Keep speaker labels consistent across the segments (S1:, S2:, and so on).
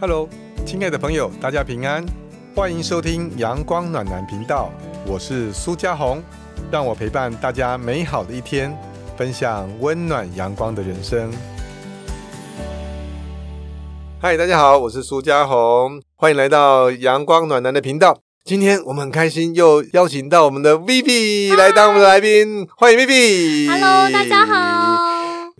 S1: Hello，亲爱的朋友，大家平安，欢迎收听阳光暖男频道，我是苏家红，让我陪伴大家美好的一天，分享温暖阳光的人生。嗨，大家好，我是苏家红，欢迎来到阳光暖男的频道。今天我们很开心，又邀请到我们的 Vivi 来当我们的来宾，欢迎 Vivi。
S2: Hello，大家。好。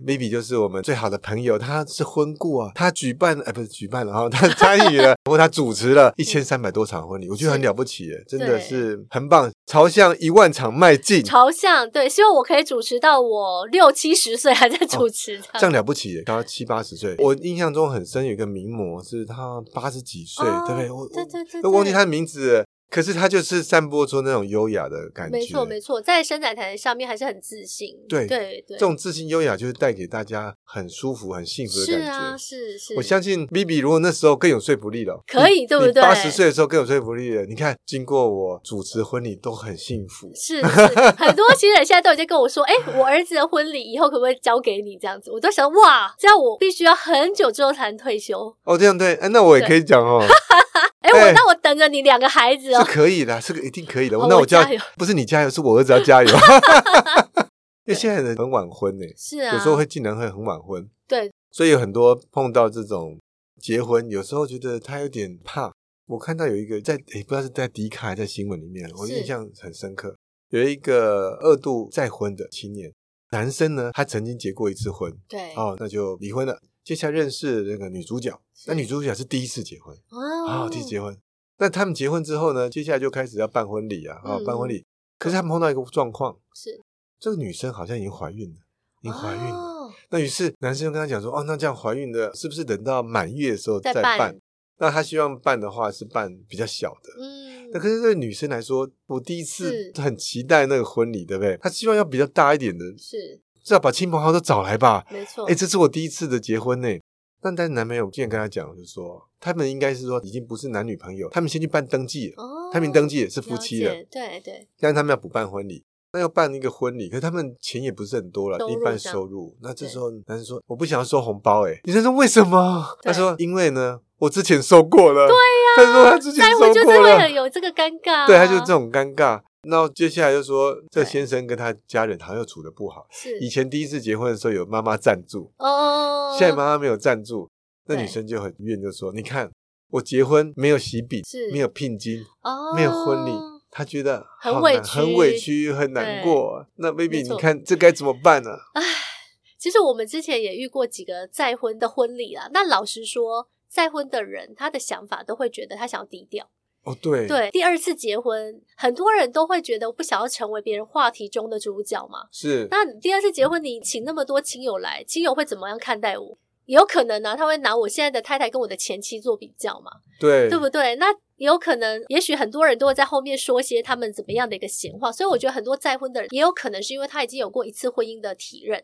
S1: Vivi 就是我们最好的朋友，她是婚顾啊，她举办呃不是举办了哈，她参与了，然后她主持了一千三百多场婚礼，我觉得很了不起耶，真的
S2: 对
S1: 是很棒，朝向一万场迈进，
S2: 朝向对，希望我可以主持到我六七十岁还在主持的。
S1: 哦这样了不起耶，她七八十岁，我印象中很深有一个名模是她八十几岁，
S2: 哦
S1: 对不对？我
S2: 对对对
S1: 我都忘记
S2: 对
S1: 她的名字了，可是她就是散播出那种优雅的感觉，
S2: 没错没错，在伸展台上面还是很自信。
S1: 对
S2: 对对，
S1: 这种自信优雅就是带给大家很舒服、很幸福的感
S2: 是
S1: 觉。
S2: 啊是是，
S1: 我相信 B B 如果那时候更有说服力了，
S2: 可以对不对
S1: 八十岁的时候更有说服力了。你看，经过我主持婚礼都很幸福，
S2: 是是很多新人现在都已经跟我说，哎、我儿子的婚礼以后可不可以交给你这样子？我都想哇，这样我必须要很久之后才能 退休。
S1: 哦，这样对，哎，那我也
S2: 对
S1: 可以讲 哦，
S2: 哎、
S1: 对
S2: 我那我等着你两个孩子
S1: 是
S2: 哦。
S1: 可以的，是个一定可以的。
S2: 哦
S1: 那
S2: 我
S1: 我加
S2: 加油
S1: 不是你加油，是我儿子要 加油。因为现在人很晚婚呢，
S2: 是啊，
S1: 有时候会竟然会很晚婚，
S2: 对，
S1: 所以有很多碰到这种结婚，有时候觉得他有点怕。我看到有一个在诶，不知道是在迪卡还是在新闻里面，我
S2: 是
S1: 印象很深刻，有一个二度再婚的青年男生呢，他曾经结过一次婚，
S2: 对
S1: 哦，那就离婚了。接下来认识那个女主角，那女主角是第一次结婚，啊、
S2: 哦
S1: 第一次结婚。那他们结婚之后呢，接下来就开始要办婚礼啊，啊、
S2: 嗯
S1: 办婚礼。可是他们碰到一个状况，
S2: 是
S1: 这个女生好像已经怀孕了，已经怀孕了。
S2: 哦
S1: 那于是男生就跟她讲说，哦，那这样怀孕的，是不是等到满月的时候再
S2: 再
S1: 办？
S2: 办
S1: 那他希望办的话是办比较小的。
S2: 嗯
S1: 那可是对女生来说，我第一次
S2: 是
S1: 很期待那个婚礼，对不对？她希望要比较大一点的，
S2: 是
S1: 至少把亲朋好友都找来吧。
S2: 没错，
S1: 哎、这是我第一次的结婚呢。但但男朋友竟然跟她讲，就是说他们应该是说已经不是男女朋友，他们先去办登记了，
S2: 哦，
S1: 他们登记也是夫妻了，
S2: 了解，对对，
S1: 但是他们要补办婚礼，那要办一个婚礼，可是他们钱也不是很多了，
S2: 收入
S1: 一般
S2: 这样
S1: 收入。那这时候男生说：“我不想要收红包。”哎，女生说：“为什么？”
S2: 对
S1: 他说：“因为呢，我之前收过了。”对呀、他说他之前
S2: 但我
S1: 收
S2: 就
S1: 过
S2: 是会很
S1: 了，
S2: 有这个尴尬、
S1: 对，他就这种尴尬。那接下来就说，这
S2: 对
S1: 先生跟他家人好像又处的不好。
S2: 是
S1: 以前第一次结婚的时候有妈妈赞助，
S2: 哦，
S1: 现在妈妈没有赞助，那
S2: 对
S1: 女生就很怨，就说：“你看我结婚没有喜饼
S2: 是，
S1: 没有聘金，
S2: 哦
S1: 没有婚礼，他觉得
S2: 很
S1: 好
S2: 委
S1: 难很委屈，
S2: 屈
S1: 很难
S2: 对
S1: 过。啊那 baby，
S2: 没错
S1: 你看这该怎么办呢、
S2: 其实我们之前也遇过几个再婚的婚礼啦。那老实说，再婚的人他的想法都会觉得他想要低调。
S1: 哦，对，
S2: 对，第二次结婚，很多人都会觉得我不想要成为别人话题中的主角嘛。
S1: 是，
S2: 那你第二次结婚，你请那么多亲友来，亲友会怎么样看待我？也有可能呢、他会拿我现在的太太跟我的前妻做比较嘛。
S1: 对，
S2: 对不对？那也有可能，也许很多人都会在后面说些他们怎么样的一个闲话，所以我觉得很多再婚的人，也有可能是因为他已经有过一次婚姻的体认，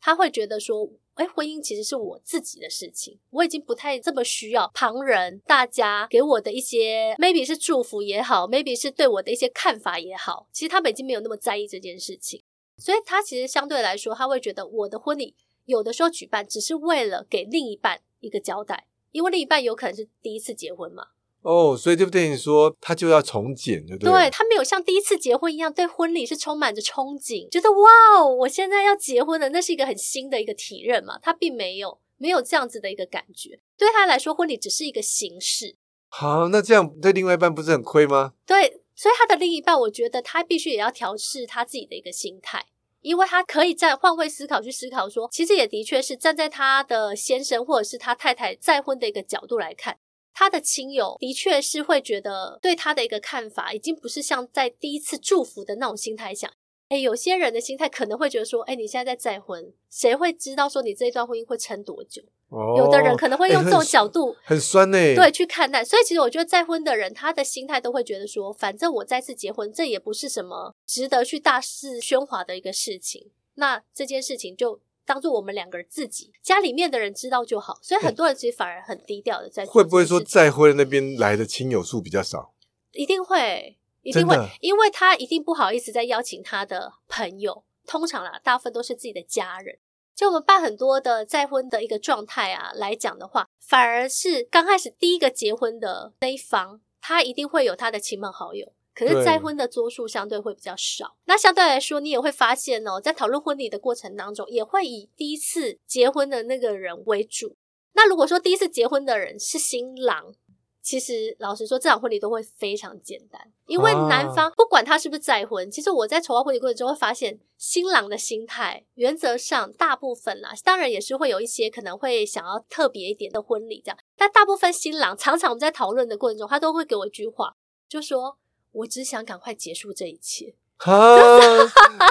S2: 他会觉得说，哎，婚姻其实是我自己的事情，我已经不太这么需要旁人、大家给我的一些，maybe 是祝福也好，maybe 是对我的一些看法也好，其实他们已经没有那么在意这件事情，所以他其实相对来说，他会觉得我的婚礼有的时候举办只是为了给另一半一个交代。因为另一半有可能是第一次结婚嘛，
S1: 哦，所以这部电影说他就要从简，对不
S2: 对他没有像第一次结婚一样对婚礼是充满着憧憬，觉得哇哦，我现在要结婚了，那是一个很新的一个体认嘛。他并没有没有这样子的一个感觉，对他来说，婚礼只是一个形式。
S1: 好，那这样对另外一半不是很亏吗？
S2: 对，所以他的另一半，我觉得他必须也要调试他自己的一个心态。因为他可以在换位思考去思考说，其实也的确是站在他的先生或者是他太太再婚的一个角度来看，他的亲友的确是会觉得对他的一个看法，已经不是像在第一次祝福的那种心态想。哎，有些人的心态可能会觉得说，哎，你现在在再婚，谁会知道说你这一段婚姻会撑多久？
S1: 哦，
S2: 有的人可能会
S1: 哎
S2: 用这
S1: 很
S2: 种角度
S1: 很酸呢、
S2: 对，去看待。所以其实我觉得再婚的人，他的心态都会觉得说，反正我再次结婚，这也不是什么值得去大肆喧哗的一个事情。那这件事情就当做我们两个人自己家里面的人知道就好。所以很多人其实反而很低调的在做
S1: 会不会
S2: 这件
S1: 说
S2: 事情
S1: 再婚那边来的亲友数比较 少？
S2: 一定会，一定会
S1: 真的，
S2: 因为他一定不好意思再邀请他的朋友。通常啦，大部分都是自己的家人。就我们办很多的再婚的一个状态啊来讲的话，反而是刚开始第一个结婚的那一方，他一定会有他的亲朋好友。可
S1: 对
S2: 是再婚的桌数相对会比较少，那相对来说，你也会发现哦，在讨论婚礼的过程当中，也会以第一次结婚的那个人为主。那如果说第一次结婚的人是新郎，其实老实说，这场婚礼都会非常简单，因为
S1: 啊
S2: 男方、不管他是不是再婚，其实我在筹划婚礼过程中会发现，新郎的心态原则上大部分啦，当然也是会有一些可能会想要特别一点的婚礼这样，但大部分新郎常常我们在讨论的过程中，他都会给我一句话，就说我只想赶快结束这一切。
S1: 啊，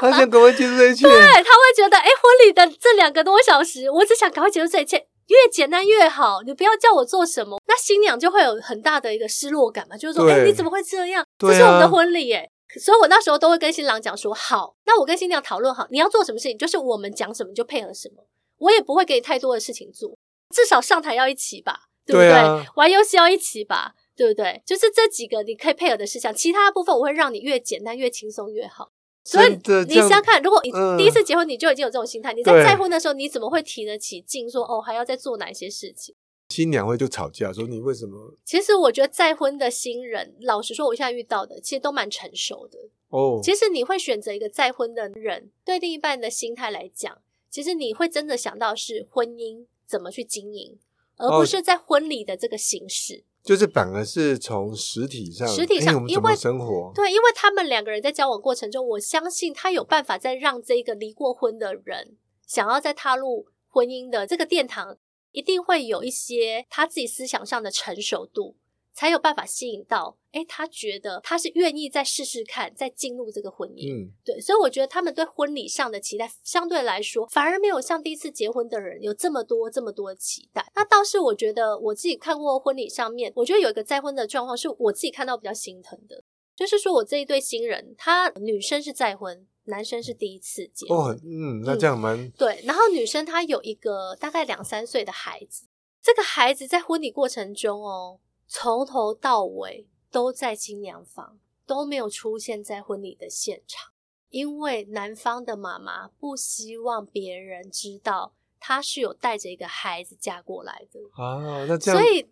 S1: 他想赶快结束这一切，
S2: 对，他会觉得，哎，婚礼的这两个多小时，我只想赶快结束这一切，越简单越好。你不要叫我做什么，那新娘就会有很大的一个失落感嘛，就是说，
S1: 对
S2: 哎，你怎么会这样？
S1: 对啊
S2: 这是我们的婚礼耶。所以我那时候都会跟新郎讲说，好，那我跟新娘讨论好，你要做什么事情，就是我们讲什么你就配合什么，我也不会给你太多的事情做，至少上台要一起吧，对不
S1: 对啊
S2: 玩游戏要一起吧。对不对？就是这几个你可以配合的事项，其他部分我会让你越简单、越轻松越好。所以
S1: 真的
S2: 你
S1: 这样
S2: 想想看，如果你
S1: 嗯
S2: 第一次结婚你就已经有这种心态，你在
S1: 对
S2: 再婚的时候你怎么会提得起劲说哦还要再做哪一些事情？
S1: 新娘会就吵架，说你为什么？
S2: 其实我觉得再婚的新人，老实说，我现在遇到的其实都蛮成熟的。
S1: 哦，
S2: 其实你会选择一个再婚的人，对另一半的心态来讲，其实你会真的想到是婚姻怎么去经营，而
S1: 哦
S2: 不是在婚礼的这个形式。
S1: 就是反而是从实体上，
S2: 实体
S1: 哎
S2: 上
S1: 我们
S2: 因
S1: 怎么
S2: 为
S1: 生活？
S2: 对，因为他们两个人在交往过程中，我相信他有办法再让这个离过婚的人，想要再踏入婚姻的这个殿堂，一定会有一些他自己思想上的成熟度，才有办法吸引到。诶，他觉得他是愿意再试试看，再进入这个婚姻。
S1: 嗯，
S2: 对，所以我觉得他们对婚礼上的期待，相对来说反而没有像第一次结婚的人有这么多这么多的期待。那倒是我觉得我自己看过婚礼上面，我觉得有一个再婚的状况是我自己看到比较心疼的，就是说我这一对新人，他女生是再婚，男生是第一次结婚。
S1: 哦，嗯，那这样蛮
S2: 对，然后女生她有一个大概两三岁的孩子，这个孩子在婚礼过程中哦，从头到尾都在新娘房，都没有出现在婚礼的现场，因为男方的妈妈不希望别人知道她是有带着一个孩子嫁过来的，
S1: 啊，那这样，
S2: 所以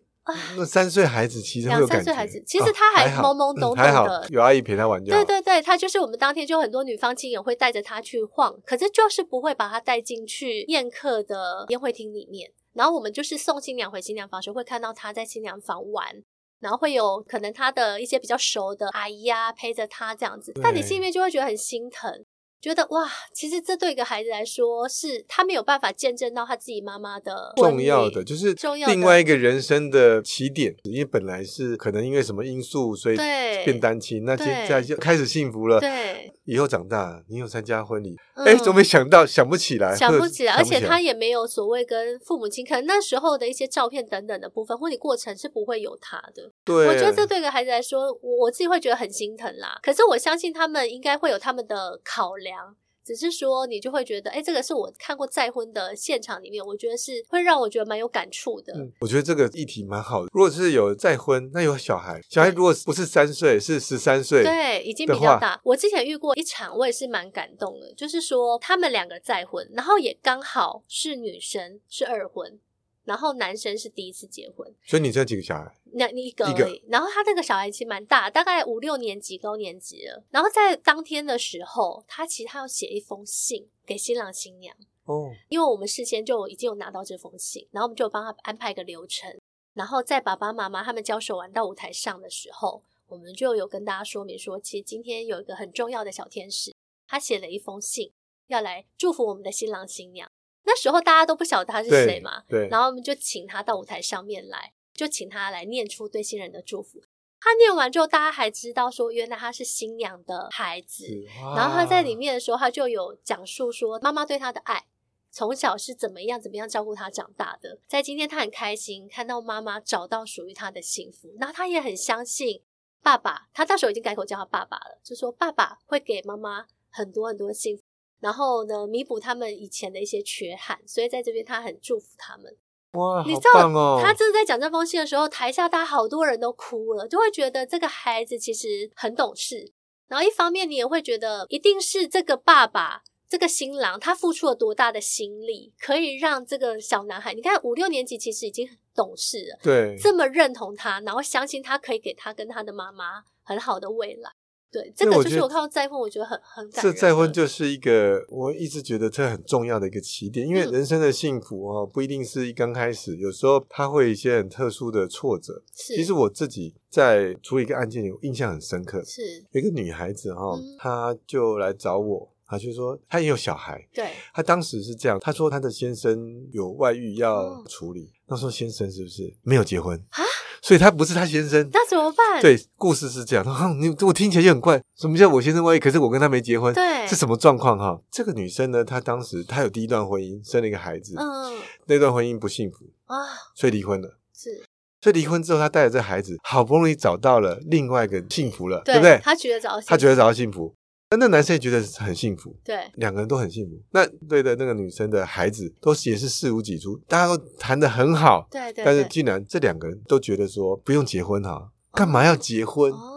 S1: 那三岁孩子其实会有
S2: 两
S1: 感
S2: 三
S1: 觉
S2: 岁孩子其实
S1: 哦
S2: 他还
S1: 好
S2: 懵懵懂懂
S1: 嗯还好
S2: 的
S1: 有阿姨陪他玩就好
S2: 对。对对，他就是我们当天就很多女方亲友会带着他去晃，可是就是不会把他带进去宴客的宴会厅里面。然后我们就是送新娘回新娘房时，会看到他在新娘房玩。然后会有可能他的一些比较熟的阿姨啊陪着他这样子，但你心里面就会觉得很心疼，觉得哇，其实这对一个孩子来说是他没有办法见证到他自己妈妈的婚
S1: 重要
S2: 礼
S1: 的就是
S2: 重要的
S1: 另外一个人生的起点，因为本来是可能因为什么因素，所以
S2: 对
S1: 变单亲，那现
S2: 对
S1: 在就开始幸福了。
S2: 对，
S1: 以后长大，你有参加婚礼，
S2: 嗯
S1: 哎、怎么没想到想不起来，
S2: 想
S1: 或
S2: 不
S1: 者
S2: 起来，
S1: 想
S2: 而
S1: 不起
S2: 且
S1: 来
S2: 他也没有所谓跟父母亲，可能那时候的一些照片等等的部分，婚礼过程是不会有他的。
S1: 对，
S2: 我觉得这对一个孩子来说，我我自己会觉得很心疼啦。可是我相信他们应该会有他们的考量，只是说你就会觉得，哎，这个是我看过再婚的现场里面，我觉得是会让我觉得蛮有感触的。
S1: 嗯，我觉得这个议题蛮好的。如果是有再婚，那有小孩，小孩
S2: 对
S1: 如果不是三岁，是十三岁，
S2: 对，已经
S1: 的
S2: 比较
S1: 话
S2: 大。我之前遇过一场，我也是蛮感动的，就是说他们两个再婚，然后也刚好是女生是二婚，然后男生是第一次结婚。
S1: 所以你这几个小孩，
S2: 那你一个
S1: 一个
S2: 而已。然后他那个小孩其实蛮大，大概五六年级、高年级了。然后在当天的时候，他其实他要写一封信给新郎新娘，
S1: 哦，
S2: 因为我们事先就已经有拿到这封信，然后我们就有帮他安排一个流程。然后在爸爸妈妈他们交手完到舞台上的时候，我们就有跟大家说明说，其实今天有一个很重要的小天使，他写了一封信要来祝福我们的新郎新娘。那时候大家都不晓得他是
S1: 对
S2: 谁嘛，
S1: 对，
S2: 然后我们就请他到舞台上面来，就请他来念出对新人的祝福。他念完之后，大家还知道说，原来他是新娘的孩子。
S1: 嗯
S2: 然后他在里
S1: 面，
S2: 面的时候，他就有讲述说妈妈对他的爱，从小是怎么样怎么样照顾他长大的。在今天，他很开心看到妈妈找到属于他的幸福，那他也很相信爸爸。他那时候已经改口叫他爸爸了，就说爸爸会给妈妈很多很多幸福，然后呢，弥补他们以前的一些缺憾。所以在这边，他很祝福他们。
S1: 哇，
S2: 你
S1: 好
S2: 知道
S1: 棒哦，
S2: 他真的在讲这封信的时候，台下大家好多人都哭了，就会觉得这个孩子其实很懂事。然后一方面你也会觉得，一定是这个爸爸这个新郎他付出了多大的心力，可以让这个小男孩，你看五六年级其实已经很懂事了，
S1: 对，
S2: 这么认同他，然后相信他可以给他跟他的妈妈很好的未来。对，这
S1: 因为
S2: 个
S1: 我
S2: 就
S1: 觉
S2: 是
S1: 得
S2: 我看到再婚，我觉得很很感
S1: 这
S2: 人。
S1: 再婚就是一个我一直觉得这很重要的一个起点，因为
S2: 嗯
S1: 人生的幸福哦，不一定是一刚开始，有时候它会有一些很特殊的挫折。
S2: 是，
S1: 其实我自己在处理一个案件里，我印象很深刻，
S2: 是
S1: 有一个女孩子哈、
S2: 嗯
S1: 她就来找我，她就说她也有小孩，
S2: 对，
S1: 她当时是这样，她说她的先生有外遇要
S2: 哦
S1: 处理，那时候先生是不是没有结婚
S2: 啊？
S1: 所以她不是她先生。
S2: 那怎么办？
S1: 对，故事是这样。 你我听起来就很怪，什么叫我先生外遇？可是我跟他没结婚，
S2: 对，
S1: 是什么状况哈？这个女生呢，她当时她有第一段婚姻，生了一个孩子，
S2: 嗯
S1: 那段婚姻不幸福，
S2: 啊，
S1: 所以离婚了。
S2: 是
S1: 所以离婚之后，她带着这孩子，好不容易找到了另外一个幸福了，对
S2: 对
S1: 不对？
S2: 他觉得找到
S1: 她觉
S2: 得
S1: 得找到幸福，那那男生也觉得很幸福，
S2: 对，
S1: 两个人都很幸福。那对的那个女生的孩子都也是事无济出，大家都谈得很好，
S2: 对对，
S1: 但是
S2: 对
S1: 竟然这两个人都觉得说不用结婚哈、干嘛要结婚？
S2: 哦，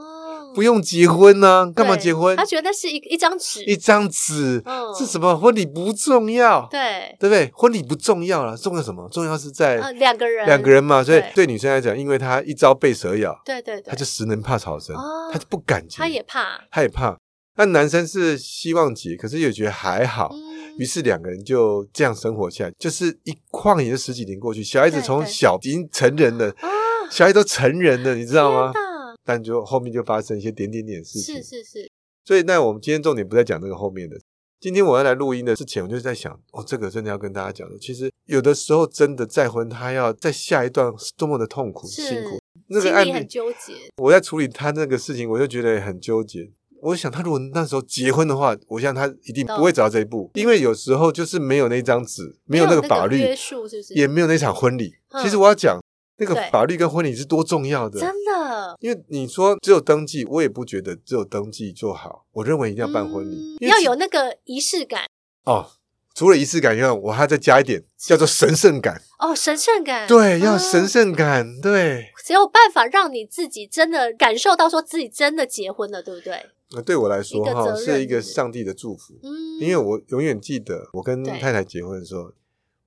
S1: 不用结婚呢、干嘛
S2: 对
S1: 结婚
S2: 他？觉得是一一张纸，
S1: 一张纸，
S2: 嗯
S1: 是什么婚礼不重要，
S2: 对，
S1: 对不对？婚礼不重要了，重要什么？重要是
S2: 呃，
S1: 在
S2: 两个人，
S1: 两个，人嘛。所以
S2: 对
S1: 对女生来讲，因为她一朝被蛇咬，
S2: 对对对，
S1: 她就十年怕草绳
S2: 哦，
S1: 她就不敢结，
S2: 他也怕，
S1: 她也怕。那男生是希望结，可是又觉得还好，
S2: 嗯，
S1: 于是两个人就这样生活下来，就是一晃眼就十几年过去，小孩子
S2: 对
S1: 从
S2: 对
S1: 小已经成人了，
S2: 啊，
S1: 小孩都成人了，你知道吗
S2: 天？哪，
S1: 但就后面就发生一些点点点事情
S2: 是，是是，
S1: 所以，那我们今天重点不在讲这个后面的。今天我要来录音的之前，我就在想，哦，这个真的要跟大家讲的。其实有的时候真的再婚，他要在下一段是多么的痛苦、
S2: 是
S1: 辛苦。那个
S2: 心
S1: 案
S2: 里很
S1: 例，
S2: 纠结，
S1: 我在处理他那个事情，我就觉得很纠结。我想，他如果那时候结婚的话，我想他一定不会走到这一步，因为有时候就是没有那张纸，没有那个法律，
S2: 约束，是不是？
S1: 也没有那场婚礼。
S2: 嗯
S1: 其实我要讲，那个
S2: 对
S1: 法律跟婚礼是多重要的。
S2: 真的
S1: 因为你说只有登记，我也不觉得只有登记就好。我认为一定要办婚礼，
S2: 嗯
S1: 因为
S2: 要
S1: 其
S2: 有那个仪式感
S1: 哦。除了仪式感以外，我还要再加一点，叫做神圣感。
S2: 哦，神圣感，
S1: 对，要
S2: 啊
S1: 神圣感。对，
S2: 只有办法让你自己真的感受到，说自己真的结婚了，对不对？
S1: 呃对我来说
S2: 一个
S1: 哈，
S2: 责任
S1: 是一个
S2: 是
S1: 上帝的祝福。
S2: 嗯，
S1: 因为我永远记得，我跟
S2: 对
S1: 太太结婚的时候，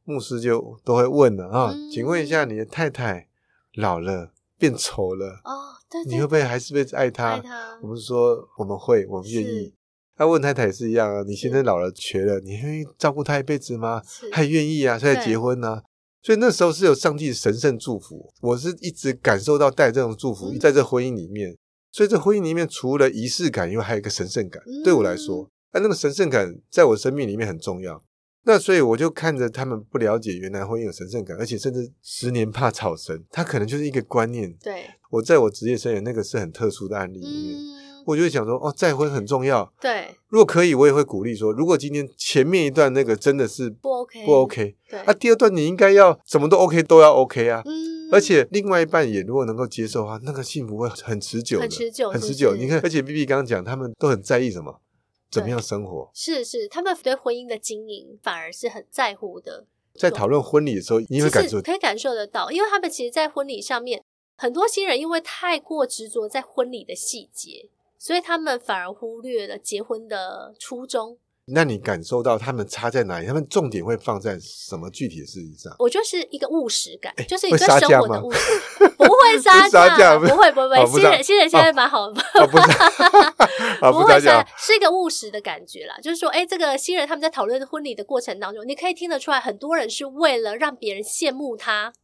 S1: 牧师就都会问了啊，
S2: 嗯
S1: 请问一下，你的太太老了变丑了，
S2: 哦，对对，
S1: 你会不会还是会爱她？
S2: 爱他
S1: 我？们说我们会，我们愿意
S2: 是。
S1: 那问太太也是一样啊，你先生老了瘸了，你愿意照顾他一辈子吗？
S2: 是
S1: 他也愿意啊，所以才
S2: 对
S1: 结婚呢、所以那时候是有上帝神圣祝福，我是一直感受到带这种祝福
S2: 嗯
S1: 在这婚姻里面。所以这婚姻里面除了仪式感以外，还有一个神圣感。
S2: 嗯
S1: 对我来说，那那个神圣感在我生命里面很重要。那所以我就看着他们不了解原来婚姻有神圣感，而且甚至十年怕草绳，他可能就是一个观念。
S2: 对，
S1: 我在我职业生涯那个是很特殊的案例里面。
S2: 嗯，
S1: 我就会想说，哦，再婚很重要。
S2: 对，
S1: 如果可以，我也会鼓励说，如果今天前面一段那个真的是
S2: 不 OK，
S1: 不 OK，
S2: 对
S1: 啊，第二段你应该要什么都 OK 都要 OK 啊。
S2: 嗯，
S1: 而且另外一半也如果能够接受的话，那个幸福会很持久的，
S2: 很持久
S1: 很持
S2: 是不
S1: 久。
S2: 是
S1: 你看，而且 B B 刚刚讲，他们都很在意什么，怎么样生活。
S2: 是是，他们对婚姻的经营反而是很在乎的，
S1: 在讨论婚礼的时候，你
S2: 其
S1: 会
S2: 实
S1: 感受，
S2: 可以感受得到，因为他们其实，在婚礼上面，很多新人因为太过执着在婚礼的细节，所以他们反而忽略了结婚的初衷。
S1: 那你感受到他们差在哪里，他们重点会放在什么具体的事情上？
S2: 我觉得是一个务实感，就是你
S1: 哎会
S2: 对
S1: 杀
S2: 生
S1: 价
S2: 活
S1: 吗
S2: 的务实，不 会杀
S1: 杀价
S2: 不会不会不
S1: 哦
S2: 会，
S1: 不
S2: 新
S1: 杀
S2: 人新人现在蛮好的。
S1: 啊， 不是，啊，
S2: 不
S1: 不
S2: 会呃
S1: 是
S2: 是
S1: 这样，
S2: 是一个务实的感觉啦，就是说，哎，这个新人他们在讨论婚礼的过程当中，你可以听得出来，很多人是为了让别人羡慕他，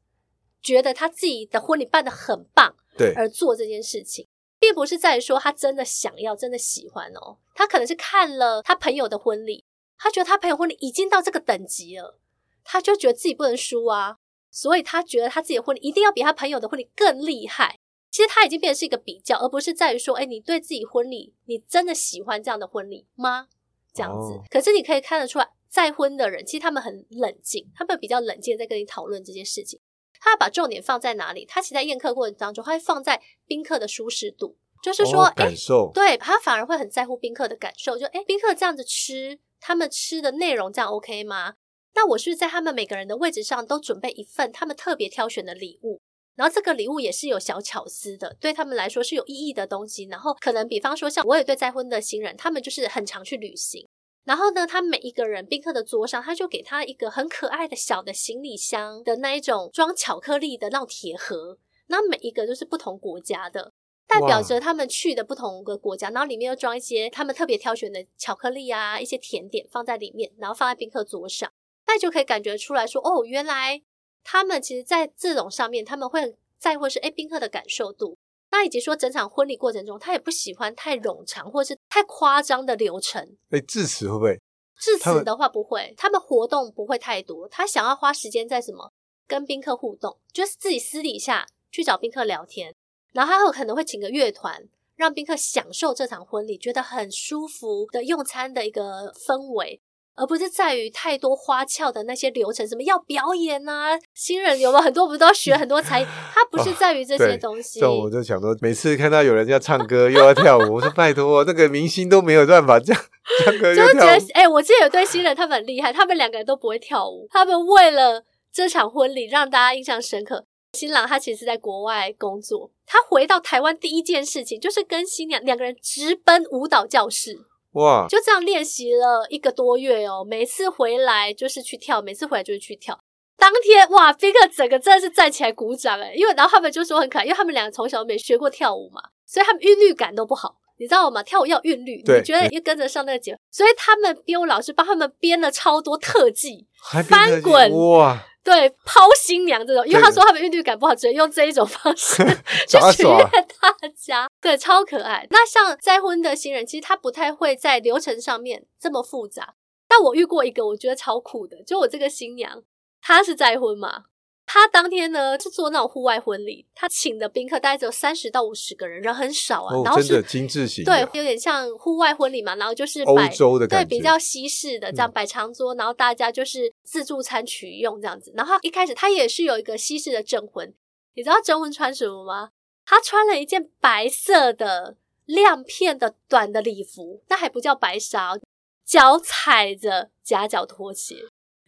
S2: 觉得他自己的婚礼办得很棒
S1: 对，
S2: 而做这件事情，并不是在于说他真的想要、真的喜欢哦，他可能是看了他朋友的婚礼，他觉得他朋友婚礼已经到这个等级了，他就觉得自己不能输啊，所以他觉得他自己的婚礼一定要比他朋友的婚礼更厉害。其实他已经变成是一个比较，而不是在于说，哎，你对自己婚礼，你真的喜欢这样的婚礼吗？这样子。
S1: 哦
S2: 可是你可以看得出来，再婚的人其实他们很冷静，他们比较冷静地在跟你讨论这件事情。他把重点放在哪里？他其实在宴客过程当中，他会放在宾客的舒适度，就是说，
S1: 哦
S2: 哎、
S1: 感受，
S2: 对他反而会很在乎宾客的感受，就哎，诶宾客这样子吃，他们吃的内容这样 OK 吗？那我是不是在他们每个人的位置上都准备一份他们特别挑选的礼物，然后这个礼物也是有小巧思的，对他们来说是有意义的东西。然后可能比方说像我也对再婚的新人，他们就是很常去旅行，然后呢，他每一个人宾客的桌上，他就给他一个很可爱的小的行李箱的那一种装巧克力的那种铁盒，然后每一个都是不同国家的，代表着他们去的不同的国家，然后里面又装一些他们特别挑选的巧克力啊，一些甜点放在里面，然后放在宾客桌上，那就可以感觉出来说，哦，原来他们其实在这种上面，他们会很在乎是哎宾客的感受度。那以及说，整场婚礼过程中，他也不喜欢太冗长或是太夸张的流程，
S1: 哎，致辞会不会？
S2: 致
S1: 他
S2: 辞
S1: 们
S2: 的话不会，他们活动不会太多，他想要花时间在什么跟宾客互动，就是自己私底下去找宾客聊天，然后他有可能会请个乐团，让宾客享受这场婚礼，觉得很舒服的用餐的一个氛围。而不是在于太多花俏的那些流程，什么要表演啊，新人有没有很多不都要学很多才艺？他不是在于这
S1: 嗯哦对
S2: 些东西，
S1: 这种我就想说，每次看到有人要唱歌又要跳舞，我说拜托，那个明星都没有办法这样唱歌
S2: 就
S1: 又
S2: 是觉
S1: 跳舞
S2: 得，，哎、我记得有对新人，他们很厉害，他们两个人都不会跳舞，他们为了这场婚礼让大家印象深刻。新郎他其实在国外工作，他回到台湾第一件事情就是跟新娘两个人直奔舞蹈教室，
S1: 哇，
S2: 就这样练习了一个多月哦。每次回来就是去跳，每次回来就是去跳。当天哇，宾客整个真的是站起来鼓掌哎，因为然后他们就说很可爱，因为他们俩从小没学过跳舞嘛，所以他们韵律感都不好，你知道吗？跳舞要韵律，
S1: 对
S2: 你觉得要跟着上那个节，所以他们编舞老师帮他们编了超多特技，
S1: 还变成
S2: 翻滚
S1: 哇，
S2: 对，抛新娘这种，因为
S1: 对
S2: 他说他们韵律感不好，只能用这一种方式 去
S1: 杂
S2: 取
S1: 耍
S2: 悦大家，对，超可爱。那像再婚的新人，其实他不太会在流程上面这么复杂。但我遇过一个，我觉得超酷的，就我这个新娘，她是再婚嘛，她当天呢是做那种户外婚礼，她请的宾客大概只有三十到五十个人，人很少啊，
S1: 哦
S2: 然，后
S1: 真的
S2: 是。
S1: 精致型
S2: 对
S1: 的，，
S2: 有点像户外婚礼嘛，然后就是
S1: 欧
S2: 摆
S1: 洲的感觉，
S2: 对，
S1: 嗯
S2: 比较西式的这样摆长桌，然后大家就是自助餐取用这样子。然后一开始他也是有一个西式的证婚，你知道证婚穿什么吗？他穿了一件白色的亮片的短的礼服，那还不叫白纱哦，脚踩着夹脚拖鞋。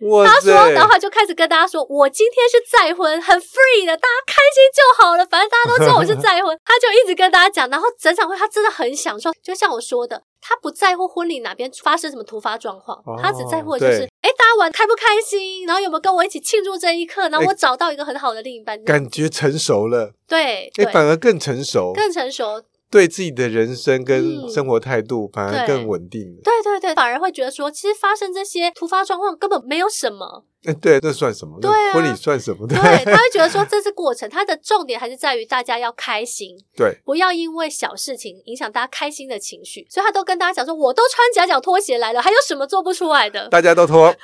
S1: 哇
S2: 他
S1: 塞，
S2: 说，然后他就开始跟大家说：“我今天是再婚，很 free 的，大家开心就好了。反正大家都知道我是再 婚。”他就一直跟大家讲，然后整场会他真的很享受。就像我说的，他不在乎婚礼哪边发生什么突发状况，
S1: 哦
S2: 他只在乎的就是
S1: 对
S2: 哎，诶大家玩开不开心，然后有没有跟我一起庆祝这一刻，然后
S1: 诶
S2: 我找到一个很好的另一半。
S1: 感觉成熟了，
S2: 对
S1: 哎，
S2: 对，
S1: 反而更成熟，
S2: 更成熟。
S1: 对自己的人生跟
S2: 嗯
S1: 生活态度反而
S2: 对
S1: 更稳定了。
S2: 对对对，反而会觉得说，其实发生这些突发状况根本没有什么，
S1: 哎，对，那算什么？那
S2: 对啊
S1: 婚礼算什么？
S2: 对，他会觉得说这是过程，他的重点还是在于大家要开心，
S1: 对，
S2: 不要因为小事情影响大家开心的情绪，所以他都跟大家讲说，我都穿夹脚拖鞋来了，还有什么做不出来 的？
S1: 大家都脱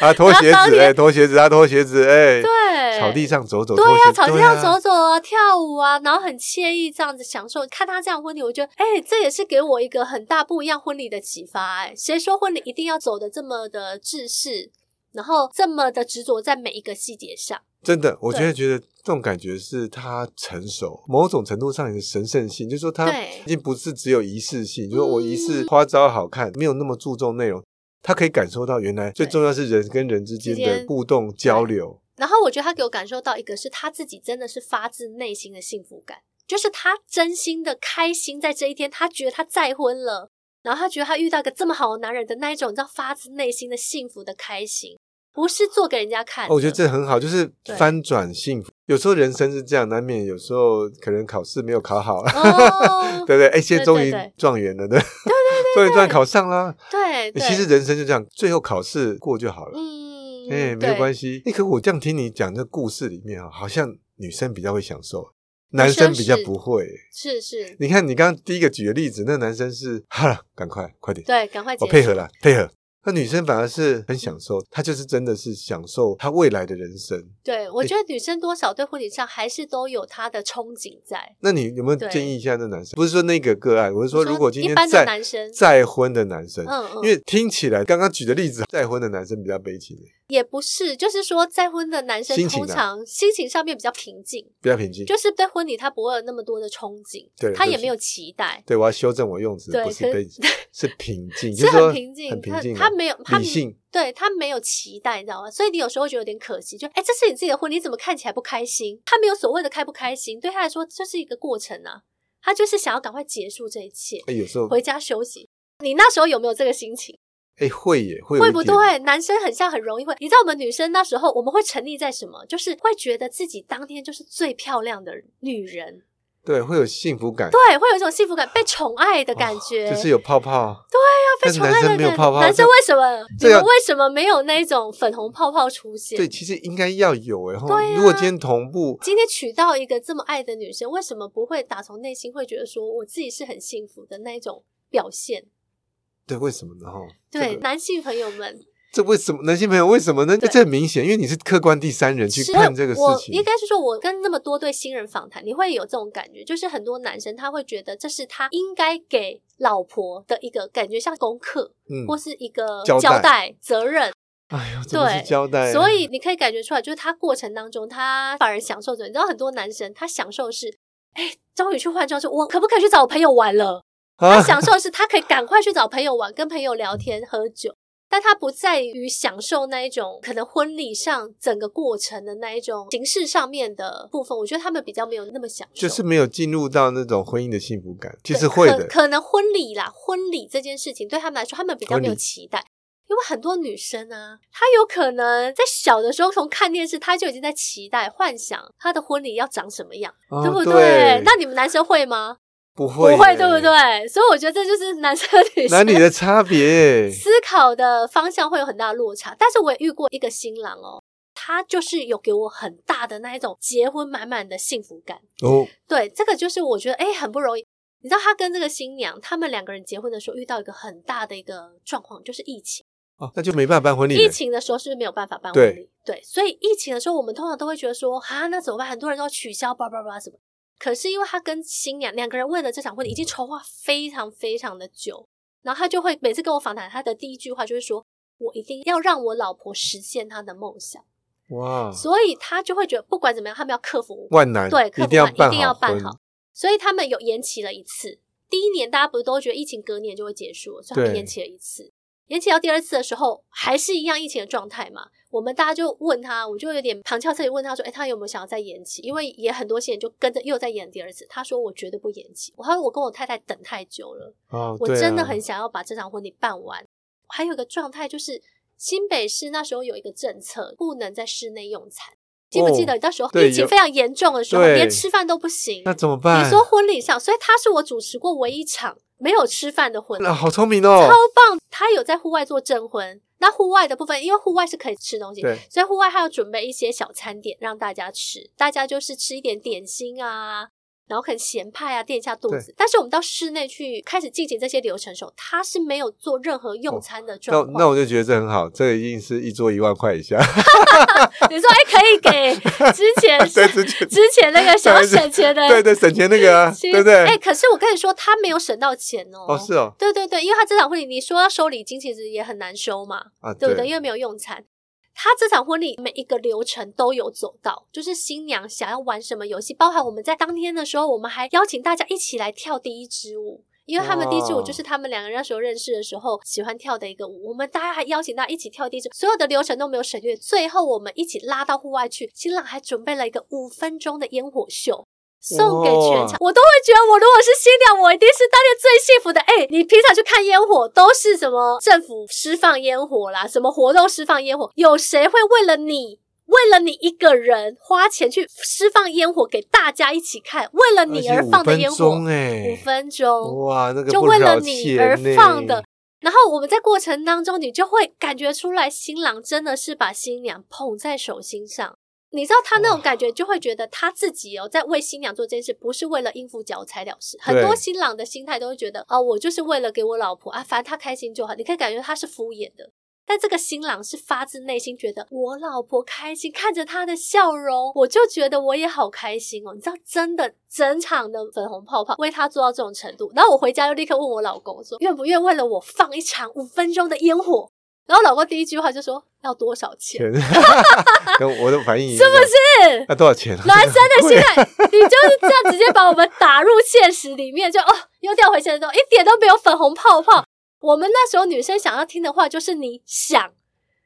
S1: 啊，脱鞋
S2: 然后当
S1: 子，
S2: 年
S1: 哎，脱鞋子啊，脱鞋子，哎，
S2: 对，
S1: 草地上走走，
S2: 对
S1: 脱
S2: 呀、
S1: 鞋
S2: 草地
S1: 对
S2: 上
S1: 啊
S2: 走走啊，跳舞啊，然后很惬意这样子享受。看他这样婚礼，我觉得，哎、这也是给我一个很大不一样婚礼的启发、哎，谁说婚礼一定要走的这么的制式，然后这么的执着在每一个细节上？
S1: 真的，我觉
S2: 对
S1: 得觉得这种感觉是他成熟，某种程度上也是神圣性，就是说他
S2: 对
S1: 已经不是只有仪式性，就是说我仪式
S2: 嗯
S1: 花招好看，没有那么注重内容。他可以感受到，原来最
S2: 对
S1: 重要是人跟人之间
S2: 之
S1: 的
S2: 间
S1: 互动交流。
S2: 然后我觉得他给我感受到一个是他自己真的是发自内心的幸福感，就是他真心的开心在这一天，他觉得他再婚了，然后他觉得他遇到一个这么好的男人的那一种，你知道发自内心的幸福的开心，不是做给人家看的、
S1: 哦，我觉得这很好，就是
S2: 对
S1: 翻转幸福。有时候人生是这样，难免有时候可能考试没有考好，，
S2: 哦
S1: 对不对？哎，现在
S2: 对
S1: 终
S2: 对
S1: 于
S2: 对
S1: 状元了，对，对对终于状元考上啦。
S2: 对对，
S1: 其实人生就这样，最后考试过就好了。
S2: 嗯，
S1: 哎、没有关
S2: 系，
S1: 系。哎，可我这样听你讲这故事里面啊，好像女生比较会享受，男生比较不会。
S2: 是是，
S1: 你看，你刚刚第一个举的例子，那男生是好了，赶快，快点，
S2: 对，赶快结
S1: 我
S2: 束
S1: 配合了，配合。那女生反而是很享受，她就是真的是享受她未来的人生。
S2: 对，我觉得女生多少对婚礼上还是都有她的憧憬在。
S1: 那你有没有
S2: 对
S1: 建议一下那男生？不是说那个个案，我是说
S2: 你说
S1: 如果今天
S2: 一般的
S1: 再
S2: 男生
S1: 再婚的男生，
S2: 嗯嗯，
S1: 呃因为听起来刚刚举的例子，再婚的男生比较悲情，欸
S2: 也不是，就是说再婚的男生
S1: 心情啊
S2: 通常心情上面比较平静，
S1: 比较平静。
S2: 就是对婚礼他不会有那么多的憧憬
S1: 对，
S2: 他
S1: 就
S2: 也
S1: 是
S2: 没有期待，
S1: 对，我要修正我用词，
S2: 对
S1: 不是
S2: 可
S1: 悲，是平 静，就是是说
S2: 很平静，
S1: 很平
S2: 他
S1: 静的，
S2: 他没有他
S1: 理性，
S2: 对他没有期待，你知道吗？所以你有时候会觉得有点可惜，就哎，这是你自己的婚礼，你怎么看起来不开心？他没有所谓的开不开心，对他来说这是一个过程啊，他就是想要赶快结束这一切，
S1: 哎有时候
S2: 回家休息。你那时候有没有这个心情？
S1: 哎，会耶，会有
S2: 会
S1: 一
S2: 不
S1: 点
S2: 对？男生很像很容易会，你知道我们女生那时候我们会沉溺在什么？就是会觉得自己当天就是最漂亮的女人，
S1: 对，会有幸福感，
S2: 对，会有一种幸福感、被宠爱的感觉，
S1: 哦就是有泡泡。对呀、
S2: 被
S1: 但是
S2: 宠爱
S1: 男生
S2: 的感
S1: 没有
S2: 觉。
S1: 泡泡，
S2: 男生为什么？
S1: 这
S2: 你
S1: 要
S2: 们为什么没有那种粉红泡泡出现？
S1: 对，其实应该要有哎。吼
S2: 对呀
S1: 如果今天同步，
S2: 今天娶到一个这么爱的女生，为什么不会打从内心会觉得说我自己是很幸福的那一种表现？
S1: 对，为什么呢？哈，
S2: 对，
S1: 这个
S2: 男性朋友们，
S1: 这为什么男性朋友为什么呢？
S2: 对
S1: 这很明显，因为你是客观第三人去
S2: 是
S1: 看这个事
S2: 我
S1: 情
S2: 应。该是说，我跟那么多对新人访谈，你会有这种感觉，就是很多男生他会觉得这是他应该给老婆的一个感觉，像功课、
S1: 嗯，
S2: 或是一个
S1: 交代
S2: 交代责任。
S1: 哎呦，怎么去
S2: 对
S1: 交代啊？
S2: 所以你可以感觉出来，就是他过程当中，他反而享受着。你知道，很多男生他享受是，哎，终于去换装，说我可不可以去找我朋友玩了？
S1: 啊
S2: 他享受的是他可以赶快去找朋友玩，跟朋友聊天、喝酒，但他不在于享受那一种可能婚礼上整个过程的那一种形式上面的部分。我觉得他们比较没有那么享受，
S1: 就是没有进入到那种婚姻的幸福感，其
S2: 对
S1: 实会
S2: 可
S1: 的。
S2: 可能婚礼啦，婚礼这件事情对他们来说，他们比较
S1: 婚礼
S2: 没有期待。因为很多女生啊，她有可能在小的时候从看电视，她就已经在期待、幻想她的婚礼要长什么样，
S1: 哦
S2: 对不
S1: 对？
S2: 那你们男生会吗？
S1: 不
S2: 不
S1: 会
S2: 会，
S1: 耶
S2: 对不？对？所以我觉得这就是男生女生
S1: 男女 的差别耶，
S2: 思考的方向会有很大的落差。但是我也遇过一个新郎哦，他就是有给我很大的那一种结婚满满的幸福感。
S1: 哦，
S2: 对，这个就是我觉得哎、很不容易。你知道他跟这个新娘，他们两个人结婚的时候遇到一个很大的一个状况，就是疫情。
S1: 哦，那就没办法办婚礼了。
S2: 疫情的时候是不是没有办法办婚礼？对，所以疫情的时候，我们通常都会觉得说，哈，那怎么办？很多人都要取消，叭叭叭什么。可是因为他跟新娘两个人为了这场婚礼已经筹划非常非常的久，然后他就会每次跟我访谈，他的第一句话就是说，我一定要让我老婆实现她的梦想，
S1: 哇，
S2: 所以他就会觉得不管怎么样，他们要克服
S1: 万难，
S2: 对，克
S1: 一
S2: 服
S1: 定要
S2: 完
S1: 办
S2: 一定要办
S1: 婚
S2: 好。所以他们有延期了一次。第一年大家不是都觉得疫情隔年就会结束了，所以他们
S1: 对
S2: 延期了一次。延期到第二次的时候，还是一样疫情的状态嘛。我们大家就问他，我就有点旁敲侧击问他说：“哎、他有没有想要再延期？”因为也很多新人就跟着又在演第二次。他说：“我绝对不延期。”我还有我跟我太太等太久了，
S1: 哦，
S2: 我
S1: 对
S2: 真的
S1: 啊
S2: 很想要把这场婚礼办完。还有一个状态就是，新北市那时候有一个政策，不能在室内用餐。记不记得
S1: 哦
S2: 那时候
S1: 对
S2: 疫情
S1: 有
S2: 非常严重的时候，
S1: 对
S2: 连吃饭都不行？
S1: 那怎么办？
S2: 你说婚礼上，所以他是我主持过唯一一场没有吃饭的婚礼
S1: 那、，好聪明哦，
S2: 超棒。他有在户外做证婚，那户外的部分，因为户外是可以吃东西，
S1: 对，
S2: 所以户外还要准备一些小餐点让大家吃，大家就是吃一点点心啊，然后很咸派啊垫一下肚子。但是我们到室内去开始进行这些流程的时候，他是没有做任何用餐的
S1: 那
S2: 状况。
S1: 那我就觉得这很好，这一定是一桌一万块以下，
S2: 你说哎，可以给之 前
S1: 对之
S2: 是
S1: 前
S2: 之前那个想要省钱的，
S1: 对对省钱那个、啊，
S2: 其实
S1: 对不对？
S2: 哎、可是我跟你说，他没有省到钱哦。
S1: 哦，是哦，
S2: 对对对，因为他这场婚礼，你说要收礼金，其实也很难收嘛，
S1: 啊，
S2: 对不对？因为没有用餐。他这场婚礼每一个流程都有走到，就是新娘想要玩什么游戏，包含我们在当天的时候，我们还邀请大家一起来跳第一支舞，因为他们第一支舞
S1: 哇
S2: 就是他们两个人那时候认识的时候喜欢跳的一个舞，我们大家还邀请大家一起跳第一支，所有的流程都没有省略。最后我们一起拉到户外去，新郎还准备了一个五分钟的烟火秀。送给全场，我都会觉得我如果是新娘，我一定是当天最幸福的。哎、你平常去看烟火都是什么政府释放烟火啦，什么活动释放烟火，有谁会为了你，为了你一个人花钱去释放烟火给大家一起看，为了你而放的烟火？
S1: 五分钟哎
S2: 五分钟，
S1: 哇，那个
S2: 就
S1: 不
S2: 为了
S1: 少
S2: 你
S1: 钱
S2: 而
S1: 呢
S2: 放的。然后我们在过程当中，你就会感觉出来，新郎真的是把新娘捧在手心上。你知道他那种感觉，就会觉得他自己哦，在为新娘做这件事，不是为了应付脚才了事。很多
S1: 对
S2: 新郎的心态都会觉得，哦，我就是为了给我老婆啊，反正她开心就好。你可以感觉他是敷衍的，但这个新郎是发自内心觉得我老婆开心，看着她的笑容，我就觉得我也好开心哦。你知道，真的整场的粉红泡泡为她做到这种程度，然后我回家就立刻问我老公说，愿不愿意为了我放一场五分钟的烟火？然后老公第一句话就说要多少钱？
S1: 钱，跟我的反应是
S2: 是不是？
S1: 那多少 钱啊？
S2: 男生的
S1: 贵
S2: 心态，你就是这样直接把我们打入现实里面，就哦，又掉回现实中，一点都没有粉红泡泡。我们那时候女生想要听的话就是你想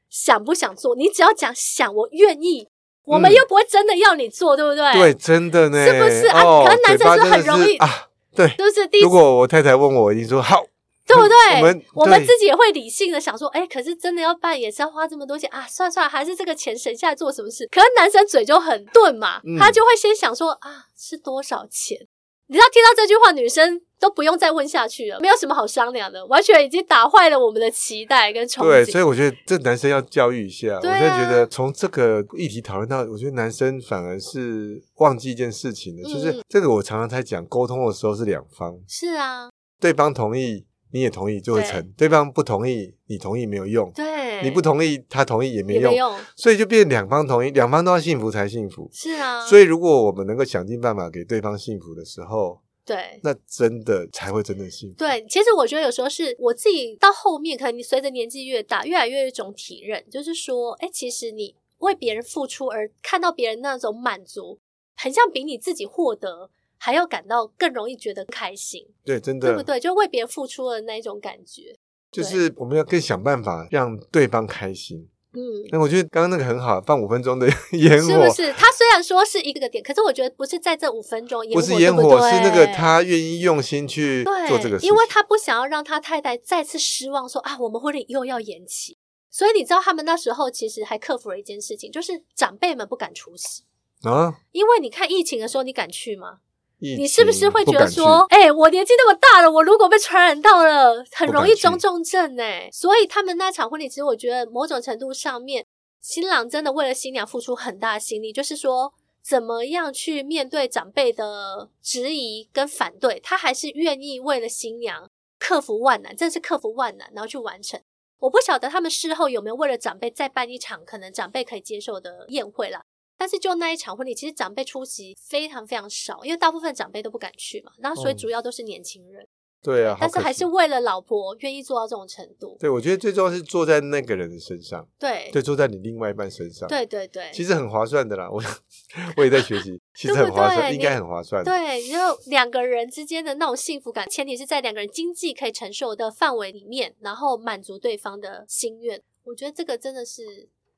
S2: 想不想做，你只要讲想，我愿意，我们
S1: 嗯
S2: 又不会真的要你做，对不对？
S1: 对，，真的呢，
S2: 是不是啊
S1: 哦
S2: 可是男
S1: 嘴巴
S2: 生
S1: 真
S2: 是
S1: 的
S2: 很容易
S1: 啊。对，
S2: 就是第一
S1: 如，果我太太问我，我一定说好，
S2: 对对不对？
S1: 我们
S2: 我们
S1: 对
S2: 自己也会理性的想说，哎，可是真的要办也是要花这么多钱啊，算算还是这个钱省下来做什么事？可是男生嘴就很钝嘛，
S1: 嗯
S2: 他就会先想说啊是多少钱？你知道听到这句话，女生都不用再问下去了，没有什么好商量的，完全已经打坏了我们的期待跟憧
S1: 对，所
S2: 憬。
S1: 以我觉得这男生要教育一下。我
S2: 对
S1: 真
S2: 啊
S1: 的觉得从这个议题讨论到，我觉得男生反而是忘记一件事情的，就是
S2: 嗯
S1: 这个我常常在讲，沟通的时候是两方，
S2: 是啊，
S1: 对方同意你也同意就会成，对方不同意你同意没有用，
S2: 对，
S1: 你不同意他同意也没
S2: 也
S1: 用
S2: 没，用，
S1: 所以就变成两方同意，两方都要幸福才幸福。
S2: 是啊，
S1: 所
S2: 以
S1: 以如果我们能够想尽办法给对方幸福的时候，
S2: 对。
S1: 那真的才会真的幸福。
S2: 对，其实我觉得有时候是我自己到后面，可能你随着年纪越大，越来越有一种体认，就是说，哎，其实你为别人付出而看到别人那种满足，很像比你自己获得还要感到更容易觉得开心，
S1: 对，真的
S2: 对不对？就为别人付出的那一种感觉，
S1: 就是我们要更想办法让对方开心。
S2: 嗯。
S1: 那我觉得刚刚那个很好，啊放五分钟的 烟
S2: 是不
S1: 火，
S2: 是？他虽然说是一个点，可是我觉得不是在这五分钟
S1: 不
S2: 烟火，
S1: 是烟
S2: 对
S1: 火，
S2: 对
S1: 是那个他愿意用心去
S2: 对，
S1: 做这个事情。
S2: 因为他不想要让他太太再次失望说，啊，我们婚礼又要延期。所以你知道，他们那时候其实还克服了一件事情，就是长辈们不敢出席。
S1: 啊，
S2: 因为你看疫情的时候，你敢去吗？
S1: 你
S2: 你是不是会觉得说，哎、我年纪那么大了，我如果被传染到了，很容易
S1: 不敢去
S2: 中重症哎、所以他们那场婚礼，其实我觉得某种程度上面，新郎真的为了新娘付出很大的心力，就是说怎么样去面对长辈的质疑跟反对，他还是愿意为了新娘克服万难，真的是克服万难，然后去完成。我不晓得他们事后有没有为了长辈再办一场可能长辈可以接受的宴会啦，但是就那一场婚礼，其实长辈出席非常非常少，因为大部分长辈都不敢去嘛，然后所以
S1: 嗯
S2: 主要都是年轻人，
S1: 对啊，好
S2: 但是
S1: 可
S2: 还
S1: 惜
S2: 是为了老婆愿意做到这种程度，
S1: 对，我觉得最重要是坐在那个人的身上，
S2: 对
S1: 对，坐在你另外一半身上，，
S2: 对对对，
S1: 其实很划算的啦。我 我也在学习，其实
S2: 对
S1: 很
S2: 不
S1: 划算，
S2: 对
S1: 应该
S2: 你
S1: 很划算。
S2: 对，就两个人之间的那种幸福感，前提是在两个人经济可以承受的范围里面，然后满足对方的心愿。我觉得这个真的是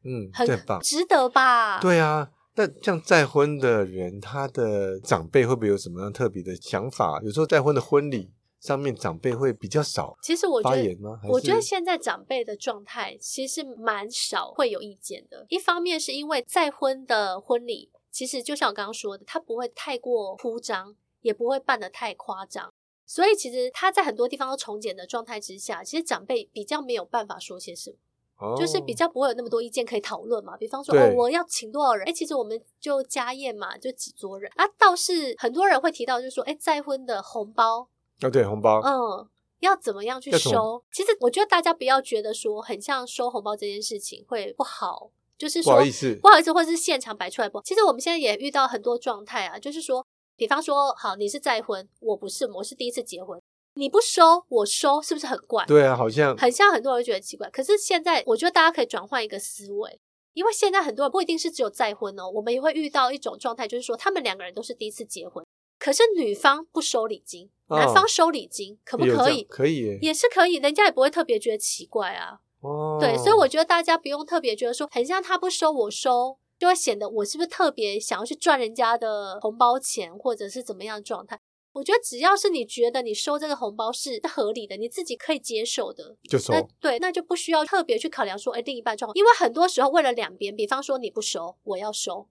S1: 嗯，
S2: 很
S1: 这很棒。
S2: 值得吧？
S1: 对啊，那像再婚的人，他的长辈会不会有什么样特别的想法？有时候再婚的婚礼上面，长辈会比较少
S2: 其实我觉
S1: 发
S2: 得
S1: 言吗？还
S2: 我觉得
S1: 是
S2: 现在长辈的状态其实蛮少会有意见的。一方面是因为再婚的婚礼，其实就像我刚刚说的，它不会太过铺张，也不会办得太夸张。所以其实他在很多地方都从简的状态之下，其实长辈比较没有办法说些什么，就是比
S1: 哦
S2: 较不会有那么多意见可以讨论嘛。比方说，
S1: 对
S2: 哦，我要请多少人？哎，其实我们就家宴嘛，就几桌人啊。倒是很多人会提到，就是说，哎，再婚的红包
S1: 哦，对，红包，
S2: 嗯，要怎么样去
S1: 要怎么
S2: 收？其实我觉得大家不要觉得说很像收红包这件事情会不好，就是
S1: 不
S2: 说
S1: 好意思，
S2: 不好意思，或是现场摆出来不好。其实我们现在也遇到很多状态啊，就是说，比方说，好，你是再婚，我不是，我是第一次结婚，你不收，我收，是不是很怪？
S1: 对啊，好像
S2: 很像很多人会觉得奇怪。可是现在，我觉得大家可以转换一个思维，因为现在很多人不一定是只有再婚哦，我们也会遇到一种状态，就是说他们两个人都是第一次结婚，可是女方不收礼金，
S1: 哦
S2: 男方收礼金，可不
S1: 有这
S2: 可
S1: 样
S2: 以？
S1: 可以耶，
S2: 也是可以，人家也不会特别觉得奇怪啊。
S1: 哦，
S2: 对，所以我觉得大家不用特别觉得说，很像他不收我收，就会显得我是不是特别想要去赚人家的红包钱，或者是怎么样的状态。我觉得只要是你觉得你收这个红包是合理的，你自己可以接受的，
S1: 就收
S2: 那对，那就不需要特别去考量说，哎，另一半状况，因为很多时候为了两边，比方说你不收，我要收，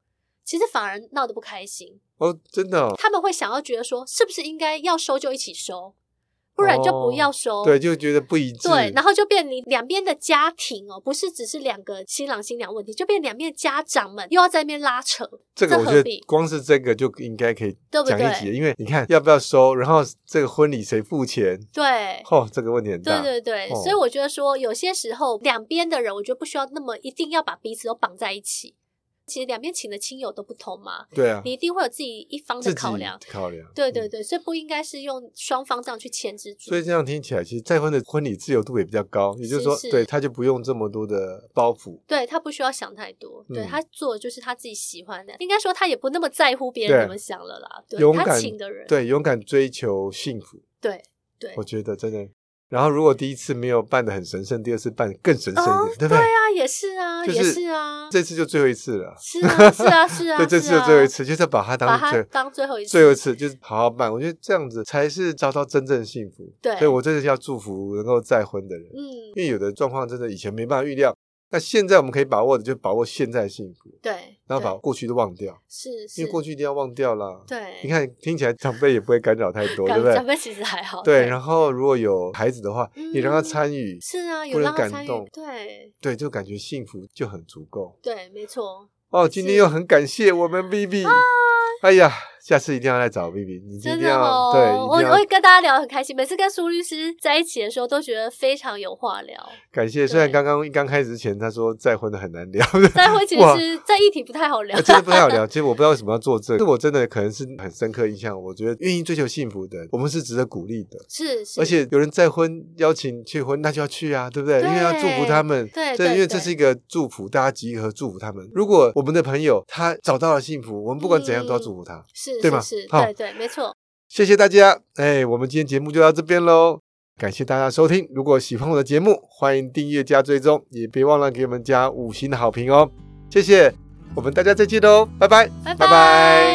S2: 其实反而闹得不开心。
S1: 哦，真的哦，
S2: 他们会想要觉得说，是不是应该要收就一起收，不然就不要收。
S1: 哦对，就觉得不一致，
S2: 哦对，然后就变你两边的家庭哦，不是只是两个新郎新娘问题，就变两边的家长们又要在那边拉扯，
S1: 这个
S2: 这
S1: 我
S2: 何
S1: 觉得
S2: 必
S1: 光是这个就应该可以
S2: 对不
S1: 讲一
S2: 对
S1: 集，因为你看要不要收，然后这个婚礼谁付钱，
S2: 对。
S1: 哦，这个问题很
S2: 对
S1: 大，
S2: 对对，
S1: 哦
S2: 所以我觉得说，有些时候两边的人，我觉得不需要那么一定要把彼此都绑在一起。其实两边请的亲友都不同嘛，
S1: 对啊
S2: 你，一定会有自己一方
S1: 自
S2: 的
S1: 己
S2: 考量。
S1: 考量，
S2: 对
S1: 嗯
S2: 对对，所以不应该是用双方这样去牵制住
S1: 所。以这样听起来，其实再婚的婚礼自由度也比较高，也就是
S2: 是
S1: 说，
S2: 是
S1: 对他就不用这么多的包袱。
S2: 对他不需要想太多，对
S1: 嗯
S2: 他做的就是他自己喜欢的，应该说他也不那么在乎别人
S1: 对
S2: 怎么想了啦。对
S1: 勇
S2: 他
S1: 敢
S2: 请的人，
S1: 对，勇敢追求幸福，
S2: 对对
S1: 我觉得真的然后如果第一次没有办的很神圣，第二次办得更神圣一
S2: 哦
S1: 点，，对
S2: 对
S1: 不对？
S2: 啊，也是啊，
S1: 就是
S2: 也是啊，
S1: 这次就最后一次了，
S2: 是啊，是啊，是 啊，
S1: 对，这次
S2: 是
S1: 就
S2: 啊
S1: 最后一，次，就是把它
S2: 把
S1: 当
S2: 它
S1: 最
S2: 当最后一次，
S1: 最后一次，就是好好办。我觉得这样子才是找到真正的幸福。
S2: 对
S1: 所以我真的是要祝福能够再婚的人，
S2: 嗯，
S1: 因为有的状况真的以前没办法预料，那现在我们可以把握的就把握现在的幸福，
S2: 对，
S1: 然后把
S2: 对
S1: 过去都忘掉，
S2: 是是
S1: 因为过去一定要忘掉啦。
S2: 对，
S1: 你看，听起来长辈也不会干扰太 多，对
S2: 感
S1: 不对
S2: 长？辈其实还好，
S1: 对，然后如果有孩子的话，
S2: 嗯
S1: 也让他参与，
S2: 是啊，有
S1: 或者
S2: 让他
S1: 感
S2: 参与
S1: 动，
S2: 对
S1: 对，就感觉幸福就很足够。
S2: 对，没错，
S1: 哦，今天又很感谢我们 B B，哎呀，下次一定要来找 B B，你一
S2: 啊真
S1: 定
S2: 的
S1: 要
S2: 哦，
S1: 对，
S2: 我
S1: 一定
S2: 我
S1: 要
S2: 也跟大家聊得很开心，每次跟苏律师在一起的时候，都觉得非常有话聊。
S1: 感谢。虽然
S2: 对
S1: 刚刚刚开始之前他说再婚的很难聊，
S2: 再婚其
S1: 哇
S2: 实在一体不太好聊
S1: 哎，真的不太好聊。其实我不知道为什么要做这个，是我真的可能是很深刻印象。我觉得愿意追求幸福的，我们是值得鼓励的。
S2: 是，是
S1: 而且有人再婚邀请去婚，那就要去啊，对不对？
S2: 对
S1: 因为要祝福他们，
S2: 对
S1: 这
S2: 对
S1: 因为这
S2: 对
S1: 是一个祝福，大家集合祝福他们。如果我们的朋友他找到了幸福，我们不管怎样都要祝福他。
S2: 是
S1: 对吧
S2: 是是，
S1: 好
S2: 对对，没错。
S1: 谢谢大家，哎，我们今天节目就到这边喽，感谢大家收听。如果喜欢我的节目，欢迎订阅加追踪，也别忘了给我们加五星的好评哦，谢谢。我们大家再见喽，拜拜，
S2: 拜
S1: 拜拜